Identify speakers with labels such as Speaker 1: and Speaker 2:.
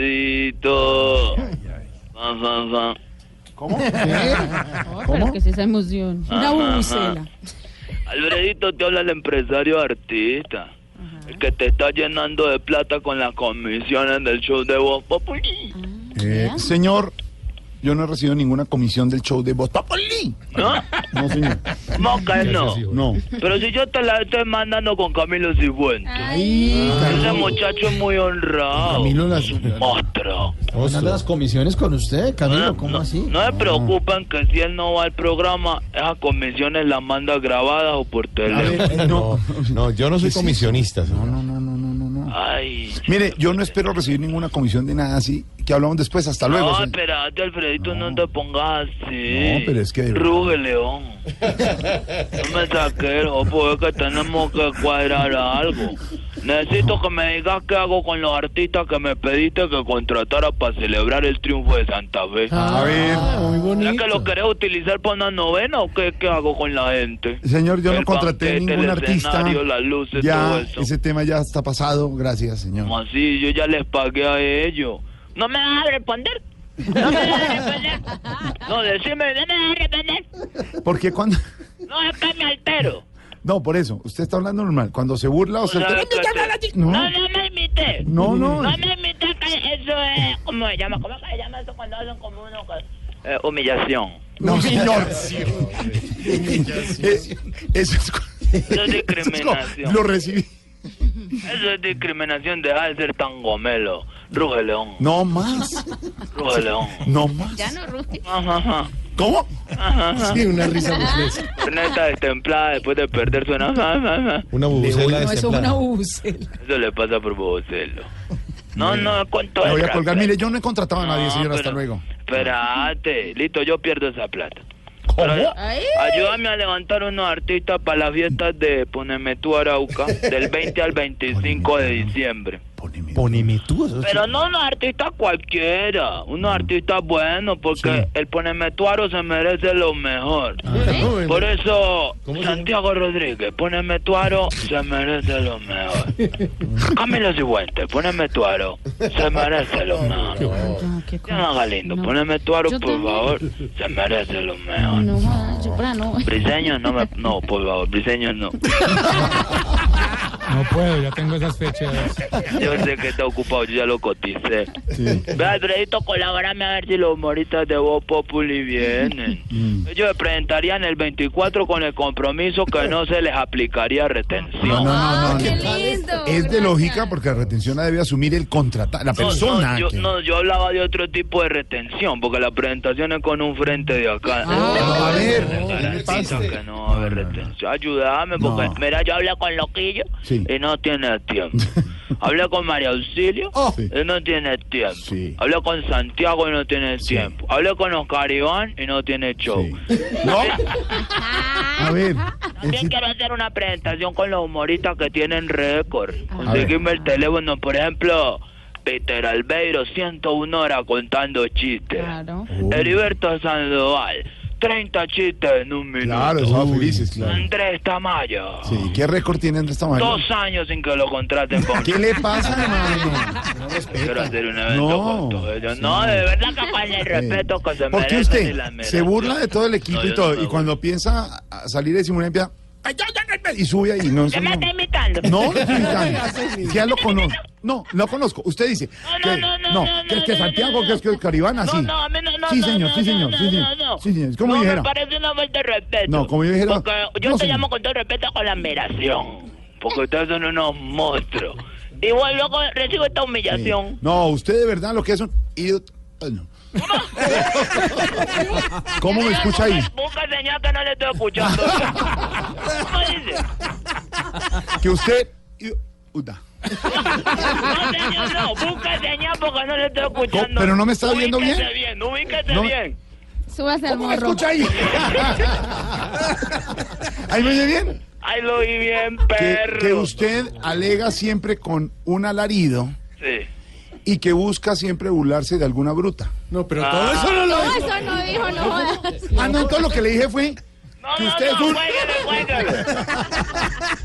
Speaker 1: Alfredito. Fan, fan, fan.
Speaker 2: ¿Cómo?
Speaker 3: Oh, pero que es esa emoción.
Speaker 4: Una bubucela.
Speaker 1: Alfredito, te habla el empresario artista. El que te está llenando de plata con las comisiones del show de Voz Populi.
Speaker 2: Eh, señor, yo no he recibido ninguna comisión del show de Voz Populi.
Speaker 1: ¿No?
Speaker 2: No, señor.
Speaker 1: Mocas no.
Speaker 2: No.
Speaker 1: Pero si yo te la estoy mandando con Camilo Cifuentes.
Speaker 2: Ahí,
Speaker 1: Ese muchacho es muy honrado.
Speaker 2: Ah. Camilo las-
Speaker 1: Es un monstruo.
Speaker 5: Pues,
Speaker 6: Están las comisiones con usted, Camilo, ¿cómo
Speaker 1: Ah, no,
Speaker 6: así?
Speaker 2: Ah.
Speaker 1: no se preocupen que si él no va al programa, esas comisiones las manda grabadas o por
Speaker 2: A
Speaker 1: teléfono.
Speaker 2: ver, eh, no.
Speaker 5: No, yo no soy comisionista.
Speaker 2: No, no, no, no, no, no, no.
Speaker 1: Ay. sí.
Speaker 2: Mire, yo no espero recibir ninguna comisión de nada así, que hablamos después, hasta luego.
Speaker 1: no,
Speaker 2: señor.
Speaker 1: espérate, Alfredito, no. te pongas así.
Speaker 2: No, pero es que de verdad.
Speaker 1: Ruge, León. No me saques, ojo, es que tenemos que cuadrar algo. Necesito que me digas qué hago con los artistas que me pediste que contratara para celebrar el triunfo de Santa Fe.
Speaker 2: A ver,
Speaker 6: Ah, muy
Speaker 1: ¿Será que
Speaker 6: bonito.
Speaker 1: lo querés utilizar para una novena o qué, qué hago con la gente?
Speaker 2: señor, yo no
Speaker 1: El
Speaker 2: contraté
Speaker 1: banquete,
Speaker 2: ningún
Speaker 1: el
Speaker 2: artista.
Speaker 1: escenario, las luces, todo
Speaker 2: Ya,
Speaker 1: eso.
Speaker 2: ese tema ya está pasado, gracias,
Speaker 1: Como
Speaker 2: señor.
Speaker 1: así? Yo ya les pagué a ellos. ¿No me vas a responder? ¿No me vas a responder? No, decime, ¿no me vas a responder?
Speaker 2: Porque cuando...
Speaker 1: No, es que me altero.
Speaker 2: No, por eso, usted está hablando normal. Cuando se burla o se...
Speaker 1: O sea,
Speaker 2: altera-
Speaker 1: que te-
Speaker 2: No.
Speaker 1: No, no me imites.
Speaker 2: No, no.
Speaker 1: No me imites, que eso es... ¿Cómo se llama? ¿Cómo se llama eso cuando hacen como uno? que- Eh, humillación.
Speaker 2: No, señor. Eh, Eso es...
Speaker 1: Eso es
Speaker 2: Eso
Speaker 1: discriminación.
Speaker 2: es- Lo recibí.
Speaker 1: Eso es discriminación, deja de ser tan gomelo. Ruge León,
Speaker 2: No más.
Speaker 1: Ruge León.
Speaker 2: No más.
Speaker 3: Ya no ruge.
Speaker 1: Ajá, ajá.
Speaker 2: ¿Cómo?
Speaker 1: ajá, ajá.
Speaker 6: Sí, una risa burlesca.
Speaker 1: Corneta destemplada después de perder suena. ajá, ajá, ajá.
Speaker 5: Una bubucela
Speaker 4: No, eso
Speaker 5: de
Speaker 4: es una bubucela.
Speaker 1: Eso le pasa por bobocelo. No, no, con todo
Speaker 2: Me voy
Speaker 1: el
Speaker 2: a colgar.
Speaker 1: respeto.
Speaker 2: Mire, yo no he contratado a nadie,
Speaker 1: No,
Speaker 2: señor. Hasta
Speaker 1: pero-
Speaker 2: luego.
Speaker 1: Espérate, listo, yo pierdo esa plata.
Speaker 2: ¿Cómo?
Speaker 3: Ay.
Speaker 1: Ayúdame a levantar unos artistas para las fiestas de Poneme tú Arauca del 20 al 25 de diciembre.
Speaker 2: Poneme.
Speaker 6: Poneme tú. eso
Speaker 1: Pero no unos artistas cualquiera, unos artistas buenos, porque el Poneme tú Aro se merece lo mejor.
Speaker 2: Ah,
Speaker 6: sí.
Speaker 3: ¿eh?
Speaker 6: No,
Speaker 1: Por eso,
Speaker 6: ¿Cómo se
Speaker 1: Santiago Rodríguez, poneme tuaro, se merece lo mejor. Camilo Cifuentes, poneme tuaro, se merece lo mejor.
Speaker 3: No, qué cosa.
Speaker 1: Diana Galindo,
Speaker 3: No.
Speaker 1: poneme tuaro,
Speaker 3: Yo
Speaker 1: por
Speaker 3: también.
Speaker 1: favor, se merece lo mejor.
Speaker 3: No, va, yo para no.
Speaker 1: Briseño, no me... No, por favor, Briseño, no.
Speaker 7: No puedo, ya tengo esas fechas.
Speaker 1: Yo sé que está ocupado, yo ya lo coticé. Ve, Alfredito, colaborame a ver si los humoristas de Voz Populi vienen.
Speaker 7: Mm.
Speaker 1: Ellos se presentarían el 24 con el compromiso que no se les aplicaría retención.
Speaker 2: No, no, no, no.
Speaker 3: Ah, qué
Speaker 2: no.
Speaker 3: lindo.
Speaker 2: Es de
Speaker 3: gracias.
Speaker 2: lógica porque la retención la debe asumir el contratante, la
Speaker 1: No,
Speaker 2: persona.
Speaker 1: No, yo,
Speaker 2: que-
Speaker 1: no, yo hablaba de otro tipo de retención, porque la presentación es con un frente de acá.
Speaker 2: No, Ah. a ver, ¿qué le
Speaker 1: Garantiza
Speaker 2: pasa?
Speaker 1: que no va a haber
Speaker 2: No, no, no.
Speaker 1: retención. Ayúdame, porque
Speaker 2: No.
Speaker 1: mira, yo hablé con Loquillo
Speaker 2: Sí.
Speaker 1: y no tiene tiempo. hablé con María Auxilio
Speaker 2: Oh. Sí.
Speaker 1: y no tiene tiempo.
Speaker 2: Sí.
Speaker 1: Hablé con Santiago y no tiene tiempo. Hablé con Oscar Iván y no tiene show.
Speaker 2: Sí. No.
Speaker 3: Ah.
Speaker 2: A ver. el
Speaker 1: También
Speaker 2: sit-
Speaker 1: quiero hacer una presentación con los humoristas que tienen récord.
Speaker 2: A ver.
Speaker 1: Conseguirme el teléfono, por ejemplo, Peter Albeiro, 101 horas contando chistes.
Speaker 3: Claro.
Speaker 1: Heriberto Sandoval, 30 chistes en un minuto.
Speaker 2: Claro, estamos felices, claro.
Speaker 1: Andrés Tamayo,
Speaker 2: Sí, ¿qué récord tienen de esta manera?
Speaker 1: dos años sin que lo contraten por
Speaker 2: ¿Qué le pasa, hermano?
Speaker 1: Quiero hacer un evento
Speaker 2: No,
Speaker 1: con todo ello.
Speaker 2: sí.
Speaker 1: No, de verdad que con el respeto que se
Speaker 2: Porque
Speaker 1: merecen y
Speaker 2: usted
Speaker 1: la merecen.
Speaker 2: se burla de todo el equipo
Speaker 1: No, yo
Speaker 2: y
Speaker 1: no
Speaker 2: todo,
Speaker 1: me
Speaker 2: y cuando piensa a salir de simular empieza "Ay, ya, ya, ya", y sube ahí. No,
Speaker 1: ¿Qué me está imitando?
Speaker 2: no, no, no, no, ya lo conozco. No, lo conozco. Usted dice
Speaker 1: No,
Speaker 2: que
Speaker 1: no, no, no, no,
Speaker 2: que es que
Speaker 1: no,
Speaker 2: Santiago,
Speaker 1: no,
Speaker 2: que es que Caribán así.
Speaker 1: No, no, a mí no, no,
Speaker 2: Ah, Sí,
Speaker 1: no,
Speaker 2: señor,
Speaker 1: no,
Speaker 2: sí, señor,
Speaker 1: no,
Speaker 2: sí,
Speaker 1: no,
Speaker 2: señor.
Speaker 1: no, no.
Speaker 2: Sí, señor. ¿Cómo
Speaker 1: no,
Speaker 2: dijera?
Speaker 1: me parece una falta de respeto.
Speaker 2: No, como yo dijera,
Speaker 1: Porque yo
Speaker 2: no,
Speaker 1: te
Speaker 2: señor.
Speaker 1: llamo con todo respeto con la admiración. Porque ustedes son unos monstruos. Igual luego recibo esta humillación.
Speaker 2: No, usted de verdad lo que es un idiota. Ay, no. ¿Cómo me escucha ahí?
Speaker 1: Busca señal que no le estoy escuchando. ¿Cómo dice?
Speaker 2: Que usted Uta.
Speaker 1: No, señor, no. Busca señal porque no le estoy escuchando.
Speaker 2: pero no me está viendo bien.
Speaker 1: Ubíquese bien, ubíquese
Speaker 2: No me-
Speaker 1: bien.
Speaker 3: Súbase al
Speaker 2: ¿Cómo me
Speaker 3: morro.
Speaker 2: escucha ahí? ¿Ahí me oye bien?
Speaker 1: Ay, lo oí bien,
Speaker 2: que,
Speaker 1: perro.
Speaker 2: que usted alega siempre con un alarido
Speaker 1: Sí.
Speaker 2: y que busca siempre burlarse de alguna bruta.
Speaker 6: No, pero
Speaker 1: Ah.
Speaker 6: todo eso no lo
Speaker 3: No, eso no dijo, no jodas.
Speaker 2: Ah, no, entonces lo que le dije fue
Speaker 1: No,
Speaker 2: que
Speaker 1: no,
Speaker 2: usted es
Speaker 1: no,
Speaker 2: un...
Speaker 1: juéguele, juéguele.